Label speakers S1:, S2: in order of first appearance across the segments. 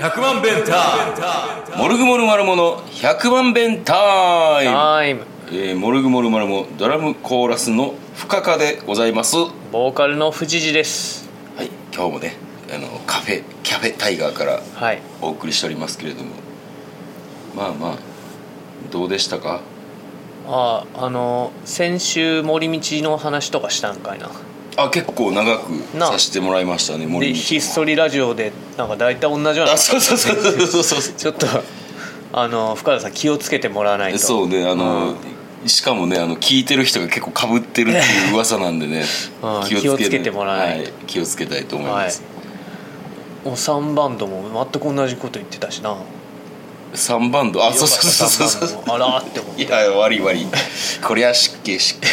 S1: 100万弁タイムモルグモルマルモの100万弁タイム、
S2: タイム
S1: えーモルグモルマルモドラムコーラスの深カでございますは
S2: ボーカルの藤次です
S1: い今日もねあのカフェキャフェタイガーから
S2: はい
S1: お送りしておりますけれどもまあまあどうでしたか
S2: あああの先週森道の話とかしたんかいな
S1: あ結構長く
S2: なあ
S1: させてもらいましたね
S2: で
S1: 森
S2: ひっ
S1: 道
S2: そりラジオでなんか大体同じような
S1: あそうそうそうそうそうそう
S2: ちょっとあの深田さん気をつけてもらわないと
S1: そうねあの、
S2: うん
S1: しかもねあの聞いてる人が結構かぶってるっていう噂なんでね
S2: うん気をつけてもらわないと
S1: はい、気をつけたいと思います、
S2: お3バンドも全く同じこと言ってたしな
S1: 三3バンドあそうそうそうそう
S2: よ
S1: そ
S2: かっ
S1: う
S2: た三バンドもあらーって思っ
S1: いや悪い悪いこりゃしっけしっけ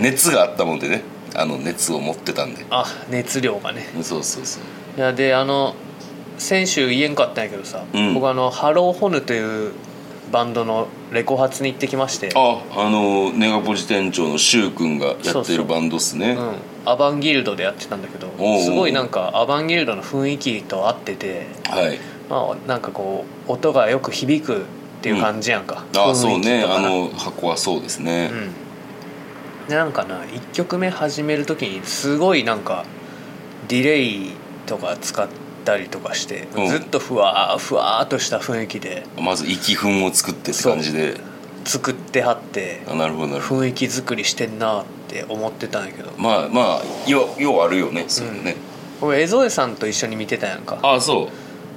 S1: 熱があったもんでねあの熱を持ってたんで
S2: あ熱量がね
S1: そうそうそう
S2: いやであの先週言えんかったんやけどさ、
S1: うん
S2: 僕あのハローホヌというバンドのレコ発に行ってきまして
S1: ああのネガポジ店長のく君がや
S2: そう
S1: って
S2: そう
S1: るバンドっすね
S2: うん、アバンギルドでやってたんだけど
S1: おうおう
S2: すごいなんかアバンギルドの雰囲気と合ってて、
S1: はい
S2: まあ、なんかこう音がよく響くっていう感じやんか、
S1: あ
S2: 雰囲気
S1: そうね
S2: とか
S1: あ
S2: な
S1: の箱はそうですね、
S2: うん、でなんかな1曲目始める時にすごいなんかディレイとか使ったりとかして、
S1: うん
S2: ずっとふわーふわーっとした雰囲気で
S1: まず息粉を作ってって感じで
S2: 作ってはって
S1: あなるほどなるほど
S2: 雰囲気作りしてんなって思ってたんやけど
S1: まあまあよようあるよねそういうのね、
S2: 俺江添さんと一緒に見てたやんか
S1: ああそ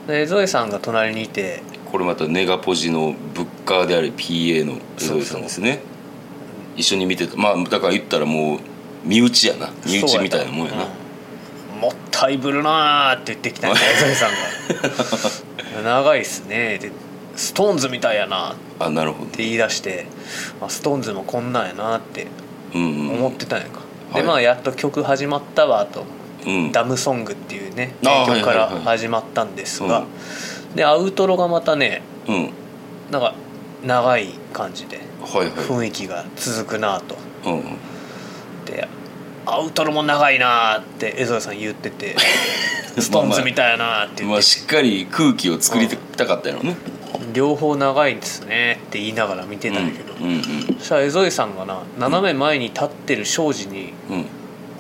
S1: う
S2: で江添さんが隣にいて
S1: これまたネガポジのブッカーであり PA の江添さんですね一緒に見てたまあだから言ったらもう身内やな身内みたいなもんやな
S2: そううんもったいぶるなーって言ってきたんだ江添さん が長いっすねでストーンズみたいやなっ
S1: あなるほど
S2: て言い出してあストーンズもこんなんやなって
S1: うんうん
S2: 思ってたんやんか、
S1: はい
S2: でまあやっと曲始まったわと、
S1: うん
S2: ダムソングっていうね
S1: あ
S2: 名曲か
S1: は
S2: ら
S1: いはいはい
S2: 始まったんですが、でアウトロがまたね
S1: うんはい
S2: なんか長い感じで
S1: は
S2: 雰囲気が続くなと
S1: いうんうん
S2: でアウトロも長いなって江添さん言っ ててストーンズみたいなって言って、
S1: まあしっかり空気を作りたかったやろね
S2: 両方長いんですねって言いながら見て
S1: うん
S2: たんだけど、
S1: うん
S2: そしたら江添さんがな斜め前に立ってる庄司に
S1: うん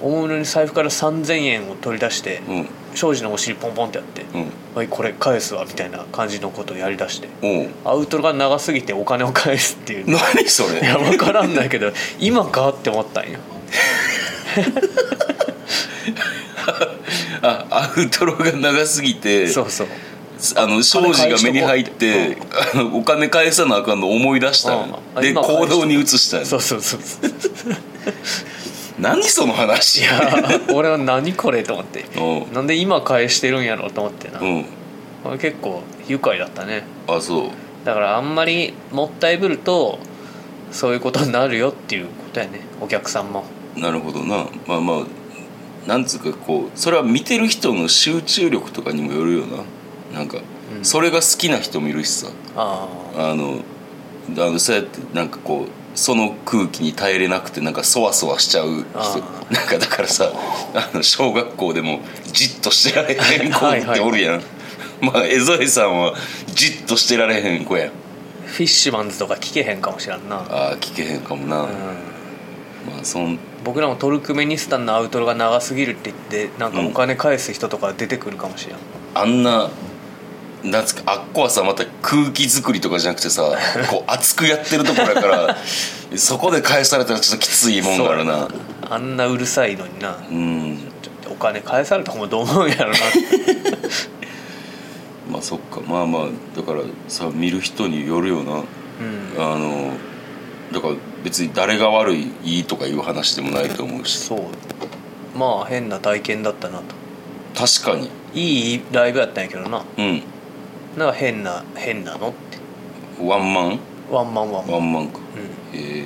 S2: おもむろに財布から3,000円を取り出して
S1: うんうん
S2: 庄司のお尻ポンポンってやって
S1: うん
S2: 「はいこれ返すわ」みたいな感じのことをやりだして
S1: おう
S2: アウトロが長すぎてお金を返すっていうね
S1: 何それ
S2: いや分からんないけど今かって思ったんよ
S1: あアウトロが長すぎて
S2: そうそう
S1: あの庄司が目に入って
S2: お金
S1: あのお金返さなあかんの思い出したよ
S2: うん
S1: で
S2: 今返し
S1: 行
S2: とく
S1: 動に移したよ
S2: そうそうそうそう
S1: 何その話
S2: いや 俺は何これと思って
S1: うん
S2: なんで今返してるんやろうと思ってな、
S1: うん
S2: これ結構愉快だったね
S1: あそう
S2: だからあんまりもったいぶるとそういうことになるよっていうことやねお客さんも
S1: なるほどなまあまあなんつうかこうそれは見てる人の集中力とかにもよるよななんか、
S2: うん
S1: それが好きな人もいるしさ
S2: あ
S1: あのあのそうやってなんかこうその空気に耐えれなくてなんかそわそわしちゃう人
S2: あ
S1: なんかだからさあの小学校でもじっとしてられへん子
S2: はいは
S1: っ
S2: い
S1: ておるやん、まあ江添さんはじっとしてられへん子やん
S2: あフィッシュマンズとか聞けへんかもしらんな、
S1: ああ聞けへんかもな、
S2: う
S1: ま
S2: ん、
S1: あそん
S2: 僕らもトルクメニスタンのアウトロが長すぎるって言ってなんかお金返す人とか出てくるかもしれん、
S1: あんななんつうかあっこはさまた空気作りとかじゃなくてさ こう熱くやってるところやからそこで返されたらちょっときついもんがあるな
S2: あんなうるさいのにな
S1: うん
S2: ちょっとお金返された方もどう思うんやろな
S1: まあそっかまあまあだからさ見る人によるよな
S2: うん
S1: あのだから別に誰が悪いいいとかいう話でもないと思うし
S2: そうまあ変な体験だったなと
S1: 確かに
S2: いいライブやったんやけどな
S1: う
S2: なんか変な変なのって
S1: んワンマン
S2: ワンマンワンマン
S1: ワンマンか
S2: う
S1: えー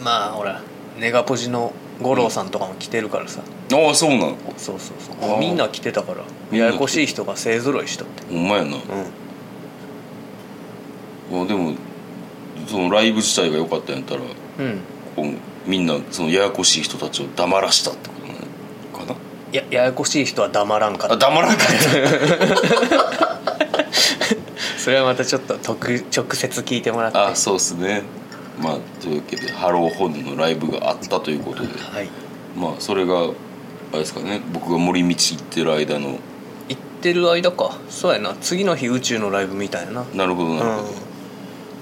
S2: んまあほらネガポジの五郎さんとかも来てるからさ、
S1: ああそうなの
S2: そうそうそう
S1: あー
S2: みんな来てたから
S1: みんな来て
S2: ややこしい人が勢ぞろいしとって
S1: ほんまやな
S2: う
S1: あでもそのライブ自体が良かったんやったら
S2: んうん
S1: こうみんなそのややこしい人たちを黙らしたってことなのかな
S2: やややこしい人は黙らんか
S1: あ
S2: った
S1: 黙らんかっ
S2: それはまたちょっと特直接聞いてもらって
S1: た あそうですねまあというわけでハローホンのライブがあったということで
S2: はい
S1: まあそれがあれですかね僕が森道行ってる間の
S2: 行ってる間かそうやな次の日宇宙のライブみたいな
S1: なるほどなるほど、
S2: うん、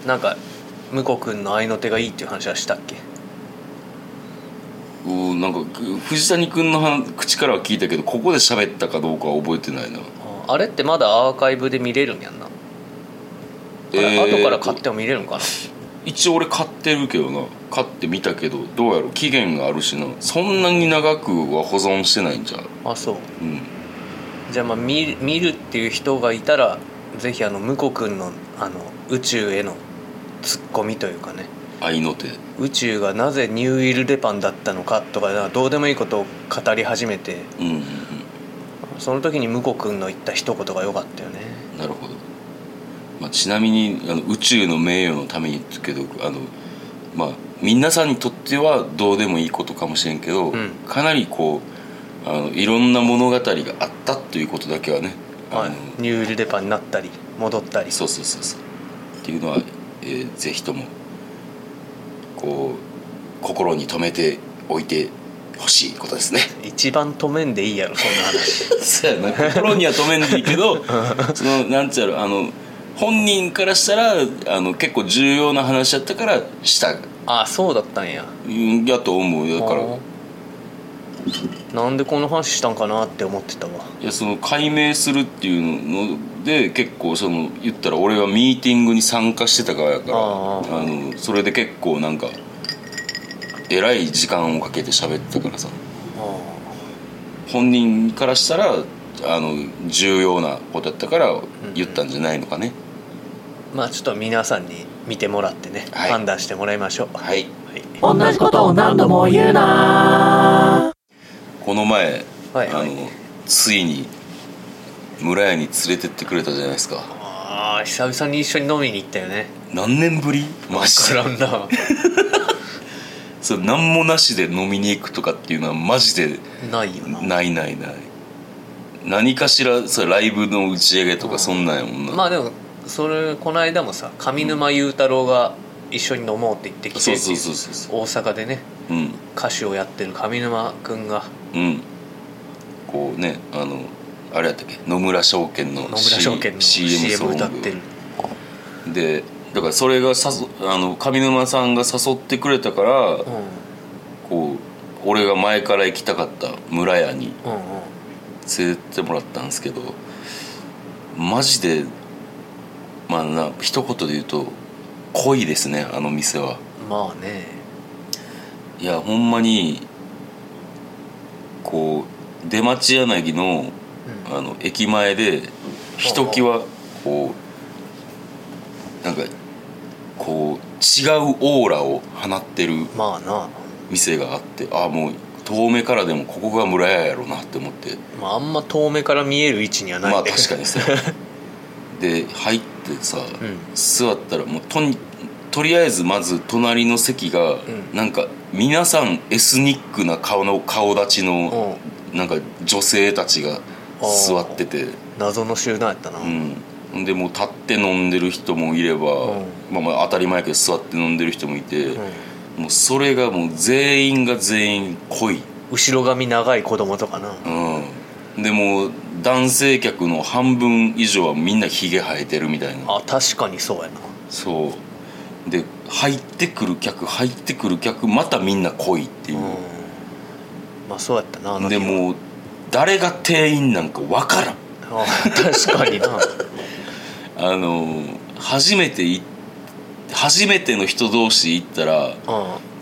S2: なんか向こう君の合いの手がいいっていう話はしたっけ
S1: おなんかく藤谷君の話口からは聞いたけどここで喋ったかどうかは覚えてないな
S2: あれってまだアーカイブで見れるんやんな、あれ
S1: えー
S2: 後から買っても見れるんかな
S1: 一応俺買ってるけどな買ってみたけどどうやろ期限があるしなそんなに長くは保存してないんじゃう
S2: あそう
S1: うん
S2: じゃあまあ見見るっていう人がいたらぜひあの向こう君のあの宇宙へのツッコミというかね
S1: 愛の手
S2: 宇宙がなぜニューイル・デパンだったのかとかなんかどうでもいいことを語り始めて
S1: うんうん
S2: その時に向こう君の言った一言が良かったよね
S1: うんなるほど、まあ、ちなみにあの宇宙の名誉のために言ってけどあのまあ皆さんにとってはどうでもいいことかもしれんけど、
S2: うん
S1: かなりこうあのいろんな物語があったということだけはねあの、
S2: はいニューイル・デパンになったり戻ったり
S1: そうそうそうそうっていうのは、えーぜひともこう心に留めておいてほしいことですね
S2: 一番止めんでいいやろそんな話
S1: そうやな心には留めんでいいけどそのなんちゃらあの本人からしたらあの結構重要な話やったからした
S2: あそうだったんや
S1: うんやと思うよだから
S2: あーなんでこの話したんかなって思ってたわ
S1: いやその解明するっていうので結構その言ったら俺はミーティングに参加してたからやから
S2: あ
S1: あ
S2: あ
S1: のそれで結構なんかえらい時間をかけて喋ってたからさ本人からしたらあの重要なことやったから言ったんじゃないのかね、
S2: まあちょっと皆さんに見てもらってね、
S1: はい
S2: 判断してもらいましょうい、
S1: はい
S2: はい
S3: 同じことを何度も言うな
S1: この前、
S2: はい
S1: あのついに村屋に連れてってくれたじゃないですか
S2: ああ久々に一緒に飲みに行ったよね
S1: 何年ぶりマジ
S2: 知
S1: で
S2: らんな
S1: そう何もなしで飲みに行くとかっていうのはマジで
S2: ないよ な
S1: ないないない何かしらそれライブの打ち上げと
S2: うん
S1: かそんなんやもんな、
S2: まあでもそれこの間もさ上沼雄太郎が一緒に飲もうって言ってきて
S1: そうそうそうそうそ
S2: 大阪でね
S1: ううん
S2: 歌手をやってる上沼君が
S1: うんこうねあのあれやったっけ野村証券の
S2: 野村証券の
S1: CM
S2: CM
S1: ソング
S2: 歌ってる
S1: でだからそれが誘あの上沼さんが誘ってくれたから、
S2: うん
S1: こう俺が前から行きたかった村屋に
S2: うんうん
S1: 連れてってもらったんですけどマジでまあな一言で言うと濃いですねあの店は。
S2: まあね
S1: いやほんまにこう出町柳の
S2: うん
S1: あの駅前でひときわこうなんかこう違うオーラを放ってる
S2: まあな、
S1: 店があってああもう遠目からでもここが村屋やろなって思って
S2: まあ、あんま遠目から見える位置にはない
S1: まあ確かにさで入ってさ、
S2: うん
S1: 座ったらもうとにとりあえずまず隣の席が、
S2: ん
S1: なんか皆さんエスニックな顔の顔立ちの、なんか女性たちが座ってて、
S2: 謎の集団やったな、
S1: うん、でもう立って飲んでる人もいれば、
S2: うん
S1: まあ、まあ当たり前やけど座って飲んでる人もいて、
S2: うん
S1: もうそれがもう全員が全員濃い、
S2: 後ろ髪長い子供とかな、
S1: うん、でもう男性客の半分以上はみんなひげ生えてるみたいな
S2: あ確かにそうやな
S1: そうで入ってくる客入ってくる客またみんな来いっていう
S2: うん、まあそうやったなあの
S1: で
S2: 日は
S1: もう誰が店員なんかわからん
S2: あ確か にな
S1: あのー初めてい初めての人同士行ったら
S2: うん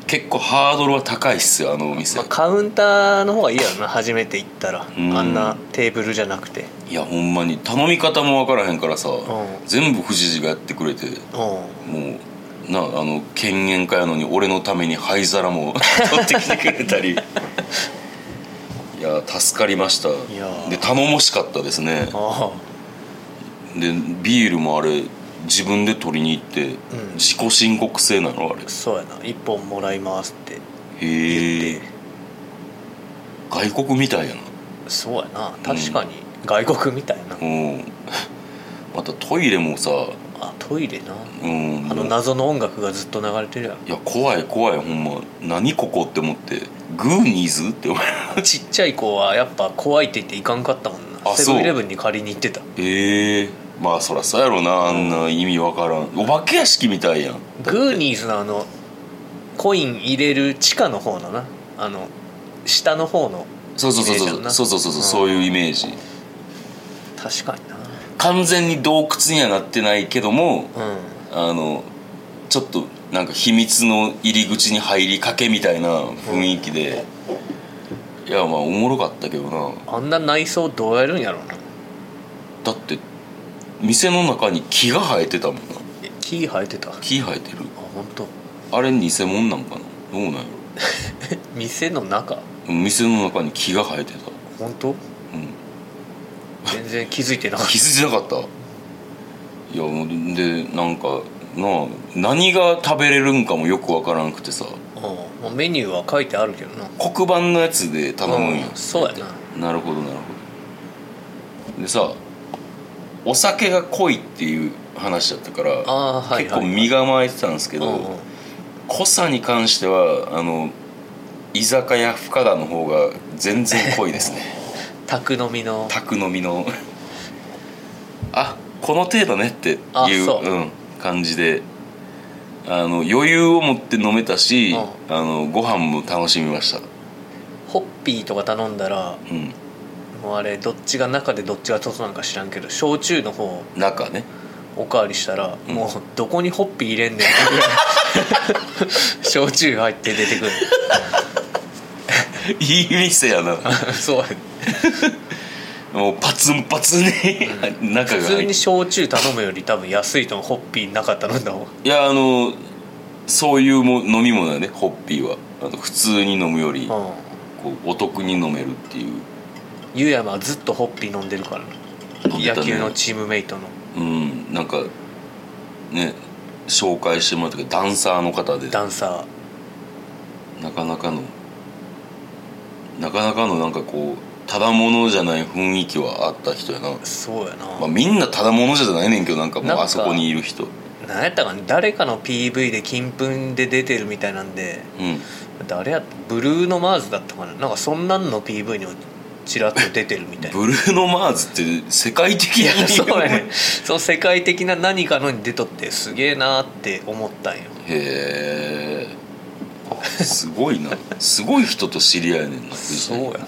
S1: 結構ハードルは高いっすよあのお店、
S2: まあ、カウンターの方がいいやろな初めて行ったら、
S1: うん
S2: あんなテーブルじゃなくて
S1: いやほんまに頼み方もわからへんからさ、
S2: ん
S1: 全部藤次がやってくれて
S2: う
S1: もうなあの権限家やのに俺のために灰皿も取ってきてくれた りいや助かりました
S2: いやー
S1: で頼もしかったですね
S2: あ
S1: でビールもあれ自分で取りに行って、
S2: ん
S1: 自己申告制なのあれ
S2: あそうやな一本もらいますって
S1: へえ外国みたいやな
S2: そうやな確かに外国みたいな、
S1: うん またトイレもさ
S2: あトイレな
S1: うん
S2: あの謎の音楽がずっと流れてるやん
S1: いや怖い怖いほんま何ここって思ってグーニーズって思い
S2: ちっちゃい子はやっぱ怖いって言って行かんかったもんな
S1: あ
S2: セ
S1: そう
S2: ブンイレブンに借りに行ってた
S1: ええまあそらそうやろなあんな意味わからんお化け屋敷みたいやん
S2: グーニーズのあのコイン入れる地下の方のなあの下の方の
S1: そうそうそう
S2: イメージ
S1: そ
S2: や
S1: うん
S2: な
S1: そうそうそうそうそういうイメージ
S2: 確かにな
S1: 完全に洞窟にはなってないけども
S2: うん
S1: あのちょっとなんか秘密の入り口に入りかけみたいな雰囲気で、いやまあおもろかったけどな
S2: あんな内装どうやるんやろうな
S1: だって店の中に木が生えてたもんな
S2: え木生えてたあ
S1: 木生えてる
S2: 本当。
S1: あれ偽物なんかなどうなんや
S2: 店の中
S1: ろ店の中に木が生えてた、
S2: 本当
S1: うん、
S2: 全然気づいてなかっ
S1: 気づいてなかったいやもうでなんかなあ何が食べれるんかもよくわからなくてさ
S2: た、うんまあ、メニューは書いてあるけどな
S1: 黒板のやつで頼むんや、
S2: うんそうやな
S1: なるほどなるほどでさお酒が濃いっていう話だったから、
S2: あーはい
S1: 結構
S2: はいはい
S1: 身構えてたんですけ
S2: う
S1: ど、
S2: んうん
S1: 濃さに関してはあの居酒屋深田の方が全然濃いですね
S2: 宅飲みの
S1: 宅飲みのあこの程度ねっていう
S2: あそう
S1: うん、感じであの余裕を持って飲めたし、
S2: う
S1: あのご飯も楽しみました、
S2: ホッピーとか頼んだら
S1: うん、
S2: もうあれどっちが中でどっちが外なんか知らんけど焼酎の方
S1: 中ね
S2: おかわりしたら、
S1: ん
S2: もうどこにホッピー入れんねんってぐらい焼酎入って出てく
S1: いい店やな
S2: る そう
S1: もうパツンパツンに中
S2: 普
S1: が
S2: 通
S1: 入っ
S2: に
S1: て
S2: 焼酎頼むより多分安いと思うホッピーなかったのだもん
S1: いやあのそういうも飲み物だねホッピーはあの普通に飲むよりこ
S2: うん
S1: うお得に飲めるっていう
S2: ゆうやまはずっとホッピー飲んでるからな、
S1: 飲んでたね
S2: 野球のチームメイトの
S1: うんなんかね紹介してもらったけどダンサーの方で
S2: ダンサ
S1: なかなかのなかなかのなんかこうただものじゃない雰囲気はあった人やな、
S2: ーそうやな、
S1: まあ、みんなただものじゃないねんけどなんかも
S2: な
S1: うん
S2: か
S1: あそこにいる人
S2: なんやったかな誰かの PV で金粉で出てるみたいなんで
S1: うん
S2: 誰やったブルーノ・マーズだったかななんかそんなんの PV にちらっと出てるみたいな
S1: ブルーノ・マーズって世界的
S2: いや
S1: に
S2: そうやねその世界的な何かのに出とってすげえなーって思ったんよ
S1: へえすごいなすごい人と知り合いやねんな藤
S2: そう
S1: 谷
S2: やな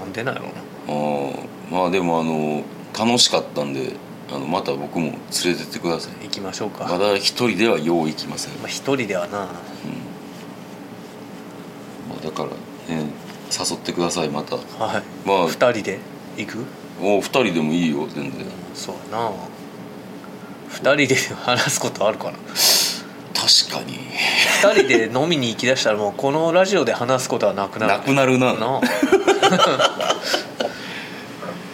S2: なんでなんやろ
S1: あーまあでもあの楽しかったんであのまた僕も連れてってください
S2: な行きましょうか
S1: まだ一人ではよう行きません、
S2: まあ、一人ではな
S1: まあ、だからね誘ってくださいまた
S2: はい、
S1: まあ
S2: 二人で行く
S1: お二人でもいいよ全然
S2: そうやな二人で話すことあるかな
S1: 確かに
S2: 二人で飲みに行きだしたらもうこのラジオで話すことはなくなる
S1: なくなるな
S2: なあ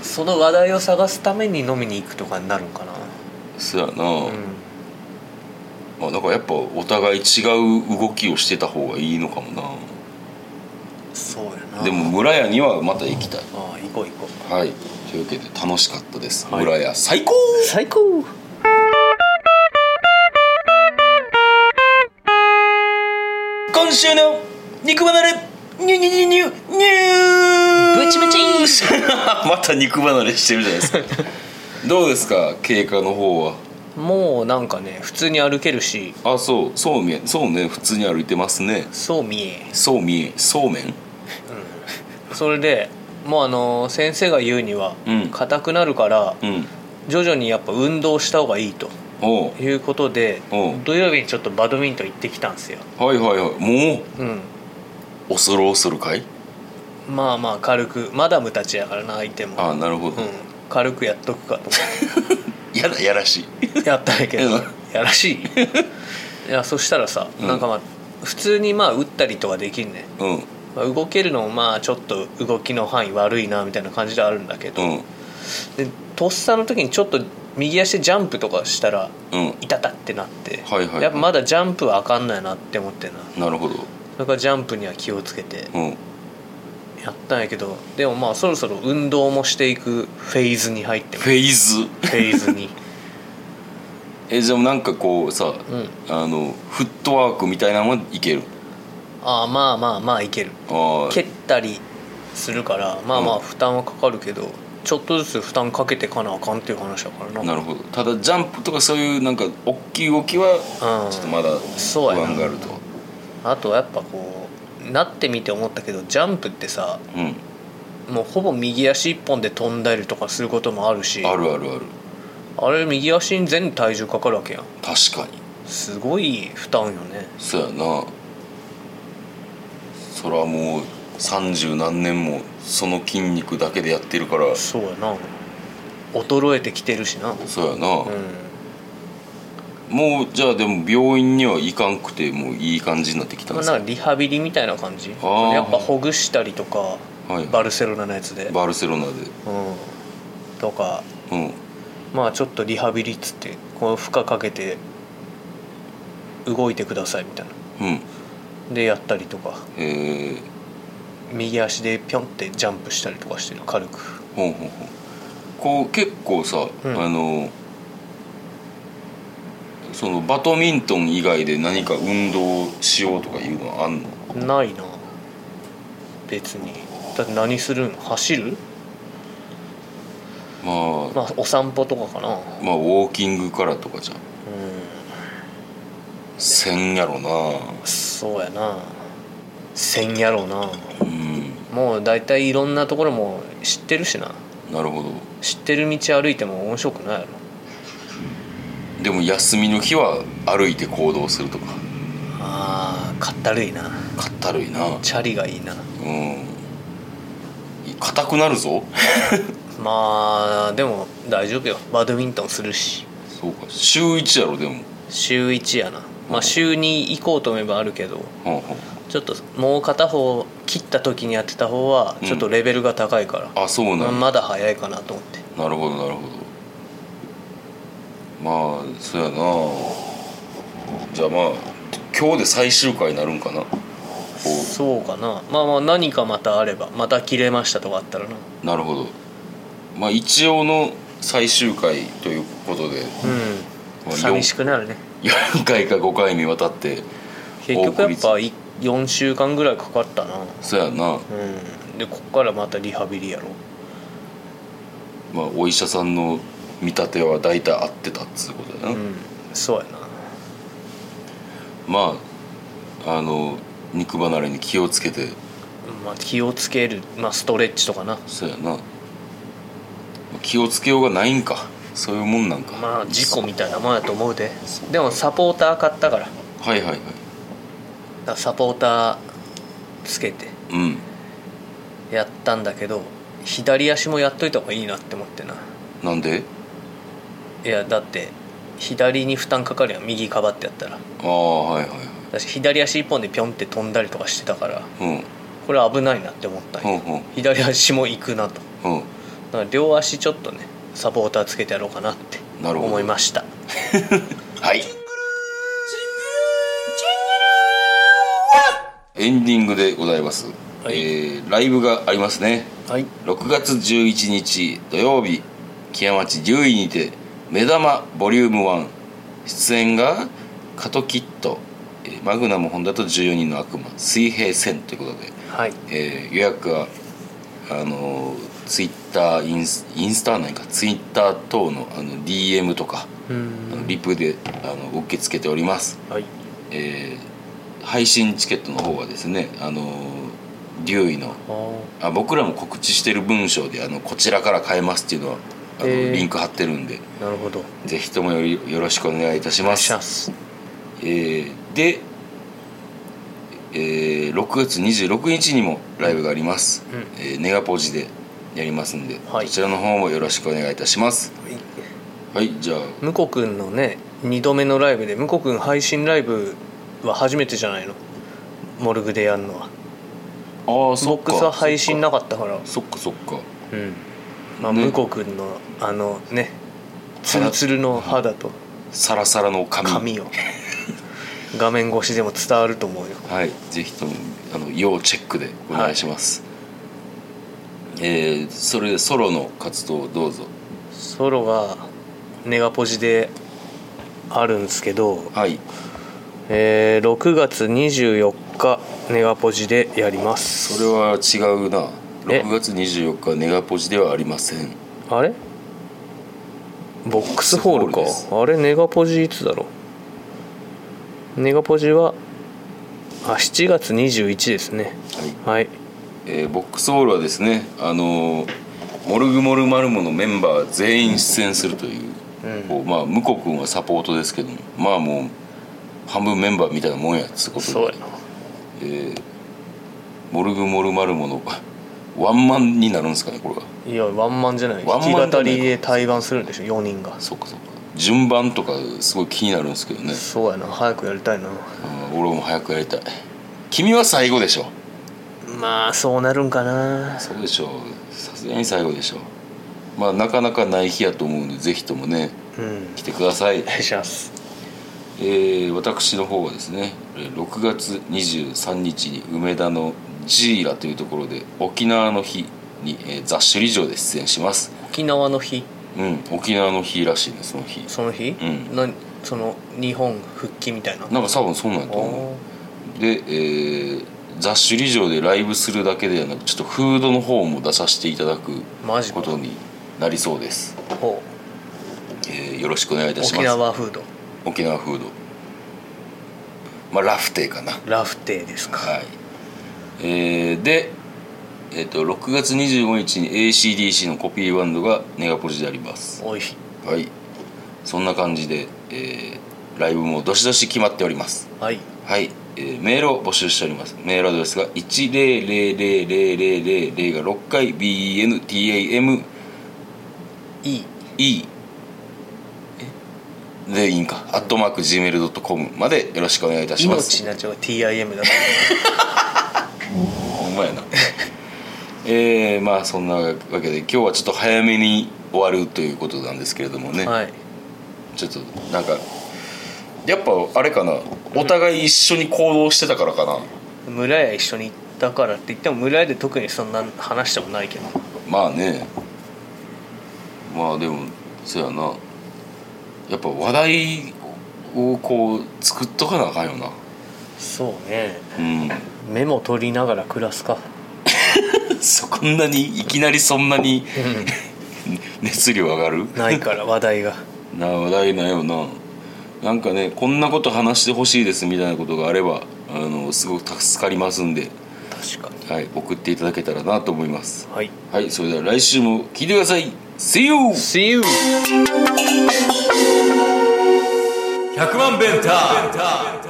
S2: その話題を探すために飲みに行くとかになるんかな
S1: そうやな、
S2: う
S1: まあ、だからやっぱお互い違う動きをしてた方がいいのかもなん
S2: そうやな
S1: でも村屋にはまた行きたい
S2: ああ行こう行こう
S1: はいというわけで楽しかったです、
S2: はい
S1: 村屋最高
S2: 最高
S1: 今週の肉離れニュニュニュニュニュ
S2: ブチブチ
S1: また肉離れしてるじゃない ですかどうですか経過の方は
S2: もうなんかね普通に歩けるし
S1: あそうそうめんそうね普通に歩いてますね
S2: そう見え、
S1: そうみえそうめん
S2: うん、それでもうあの先生が言うには
S1: うん
S2: 硬くなるから
S1: うん
S2: 徐々にやっぱ運動した方がいいと
S1: おう
S2: いうことで
S1: おう
S2: 土曜日にちょっとバドミントン行ってきたんですよ、
S1: はいはいはいもう
S2: うん、
S1: 恐る恐るかい
S2: まあまあ軽くマダムたちやからな相手も、
S1: ああなるほ
S2: う
S1: ど、
S2: ん、軽くやっと くかと
S1: やだやらしい
S2: 思ってやったんやけど
S1: うん
S2: や らしいいやそしたらさ、
S1: うん
S2: なんかまあ普通にまあ打ったりとかできんね
S1: うんうん
S2: まあ、動けるのもまあちょっと動きの範囲悪いなみたいな感じではあるんだけど、でとっさの時にちょっと右足でジャンプとかしたら
S1: うん
S2: 「いたた」ってなって、
S1: はいはいはい
S2: やっぱまだジャンプはあかんないなって思ってな
S1: なるほど
S2: だからジャンプには気をつけて
S1: うん
S2: ややったんやけどでもまあそろそろ運動もしていくフェーズに入ってます
S1: フェーズ
S2: フェーズ に
S1: えじゃあなんかこうさ、
S2: うん
S1: あのフットワークみたいなのはいける
S2: ああまあまあまあいける
S1: あ
S2: 蹴
S1: ー
S2: ったりするからまあまあ負担はかかるけど、ちょっとずつ負担かけてかなあかんっていう話だからな
S1: なるほどただジャンプとかそういうなんか大きい動きは
S2: うん
S1: ちょっとまだ
S2: そうや
S1: 不
S2: な
S1: 安があると
S2: あとやっぱこうなってみて思ったけどジャンプってさ
S1: うん
S2: もうほぼ右足一本で飛んだりとかすることもあるし
S1: あるあるある
S2: あれ右足に全体重かかるわけやん
S1: 確かに
S2: すごい負担よね
S1: そうやなそらもう三十何年もその筋肉だけでやってるから
S2: そうやな衰えてきてるしなうん
S1: そうやな、もうじゃあでも病院には行かんくてもういい感じになってきたん
S2: まあ、
S1: です
S2: な
S1: か
S2: んかリハビリみたいな感じやっ
S1: ー
S2: ぱほぐしたりとか
S1: はい
S2: バルセロナのやつで、
S1: バルセロナで
S2: うん、とか
S1: うん
S2: まあちょっとリハビリっつってこう負荷かけて動いてくださいみたいな
S1: うん
S2: でやったりとか
S1: えー、
S2: 右足でピョンってジャンプしたりとかしてる軽く
S1: ほうほうほうこう結構さ、
S2: うん
S1: あのそのバドミントン以外で何か運動しようとかいうのはあんの
S2: ないな別にだって何するん走る
S1: まあ、
S2: まあお散歩とかかなうん
S1: まあウォーキングからとかじゃんせんやろな
S2: そうやなせんやろうな
S1: うん
S2: もう大体いろんなところも知ってるしな
S1: なるほど
S2: 知ってる道歩いても面白くないやろ
S1: でも休みの日は歩いて行動するとか
S2: あーかったるいな
S1: かったるいな
S2: チャリがいいな
S1: うん硬くなる ぞ
S2: まあでも大丈夫よバドミントンするし
S1: そうか週一やろでも
S2: 週1やなまあ週2行こうと思えばあるけど
S1: はんは
S2: ちょっともう片方切った時にやってた方はちょっとレベルが高いから、
S1: んあそうなん
S2: ま
S1: や
S2: あまだ早いかなと思って
S1: なるほどなるほどまあそうやなじゃあまあ今日で最終回になるんかなこ
S2: そうかなまあまあ何かまたあればまた切れましたとかあったらな
S1: うなるほどまあ一応の最終回ということで
S2: うん
S1: まあ
S2: 寂しくなるね
S1: 4回か5回にわたって
S2: 結局やっぱい4週間ぐらいかかったな
S1: そうやな、
S2: うんでこっからまたリハビリやろ
S1: まあ、お医者さんの見立ては大体合ってたっつうことやな、
S2: うんそうやな
S1: まああの肉離れに気をつけて
S2: まあ気をつけるまあストレッチとかな
S1: そうやな気をつけようがないんかそういうもんなんか
S2: まあ事故みたいなもんやと思うででもサポーター買ったからだか
S1: はいはいはい
S2: らサポーターつけて
S1: うん
S2: やったんだけど左足もやっといた方がいいなって思ってな
S1: なんで
S2: いやだって左に負担かかるやん右かばってやったら
S1: ああはいはいは
S2: 私左足一本でピョンって飛んだりとかしてたから
S1: いうん
S2: これ危ないなって思ったん
S1: ほ
S2: よ
S1: んほん
S2: 左足も行くなと
S1: ほん
S2: だから両足ちょっとねサポーターつけてやろうかなって
S1: なるほど
S2: 思いました
S1: はいエンディングでございます、
S2: はい
S1: えーライブがありますね
S2: はい
S1: 6月11日土曜日木屋町留意にて「目玉ボリューム1出演がカトキットえーマグナムホンダと14人の悪魔水平線ということで、
S2: はい
S1: えー予約はあのツイッター Twitter インスインスタないかツイッター等のあの DM とか
S2: う
S1: あの
S2: ん
S1: リプであの受け付けております、
S2: はい
S1: えー配信チケットの方はですねあの留意の
S2: あー
S1: あ僕らも告知してる文章であのこちらから変えますっていうのはあの、
S2: へー
S1: リンク貼ってるんで
S2: なるほど
S1: ぜひともよりよろしくお願いいたし
S2: お願
S1: ま
S2: いし
S1: す
S2: ます
S1: えーで、えー6月26日にもライブがあります、
S2: うん
S1: えーネガポジでやりますんで、
S2: はい
S1: こちらの方もよろしくお願いいたしますはいじゃあ
S2: 向こくんのね2度目のライブで向こくん配信ライブは初めてじゃないのモルグでやるの
S1: あ
S2: は
S1: あ
S2: ボックスは配信なかったから
S1: そっかそっか
S2: うんまあ、
S1: ね
S2: 向こう君のあのねツルツルの肌と
S1: サラサラの髪
S2: 髪を画面越しでも伝わると思うよ
S1: はいぜひともあの要チェックでお願いします、えーそれでソロの活動をどうぞ
S2: ソロがネガポジであるんですけど、
S1: はい
S2: えー6月24日ネガポジでやります
S1: それは違うな
S2: え
S1: 6月24日はネガポジではありません
S2: あれボックスホールか
S1: ボックス
S2: あれネガポジいつだろうネガポジはあ7月21ですね
S1: はい
S2: はい
S1: えーボックスホールはですね、あのーモルグモルマルモのメンバー全員出演するという,
S2: うん
S1: こう、まあ、向こう君はサポートですけどもまあもう半分メンバーみたいなもんやってことで
S2: そうやな
S1: えーモルグモルマルモのワンマンになるんですかねこれはい
S2: やワンマンじゃない
S1: ワンマンじゃない
S2: 弾き語りで対バンするんでしょ4人が
S1: そうかそうか順番とかすごい気になるんですけどね、
S2: そうやな早くやりたいな
S1: うん俺も早くやりたい君は最後でしょ
S2: まあそうなるんかな
S1: そうでしょうさすがに最後でしょうまあなかなかない日やと思うんでぜひともね
S2: うん
S1: 来てください
S2: お願いします
S1: えー私の方はですねえー6月23日に梅田のジーラというところで沖縄の日に、えー、ザ・首里城で出演します
S2: 沖縄の日
S1: うん沖縄の日らしいねその日
S2: その日、
S1: うん
S2: なその日本復帰みたいな
S1: なんか多分そうなんやと思うで、えー、ザ・首里城でライブするだけではなくちょっとフードの方も出させていただく
S2: マジか
S1: ことになりそうです、
S2: ほ
S1: えーよろしくお願いいうたします
S2: 沖縄フード
S1: 沖縄フードまあラフテーかな
S2: ラフテーですか
S1: はい、えーで、えー、と6月25日に ACDC のコピーバンドがネガポジであります
S2: おいしい
S1: はいそんな感じで、えーライブもどしどし決まっております
S2: はい
S1: はい、えーメールを募集しておりますメールアドレスが1000000が6回 BENTAME
S2: いい
S1: でいいんか、アットマーク Gmail.com までよろしくお願いいたします
S2: 命になっちゃう TIM だと
S1: ほんまやな えー、まあそんなわけで今日はちょっと早めに終わるということなんですけれどもね、
S2: はい
S1: ちょっとなんかやっぱあれかなお互い一緒に行動してたからかな、
S2: 村屋一緒に行ったからって言っても村屋で特にそんな話してもないけど
S1: まあねまあでもそやなやっぱ話題をこう作っとかなあかんよな
S2: そうね
S1: うん
S2: メモ取りながら暮らすか
S1: そこんなにいきなりそんなに熱量上がる
S2: ないから話題が
S1: な話題ないよななんかねこんなこと話してほしいですみたいなことがあればあのすごく助かりますんで、
S2: 確かに
S1: はい、送っていただけたらなと思います
S2: はい
S1: はいそれでは来週も聞いてください See you!
S2: See you!
S4: 100万ベンター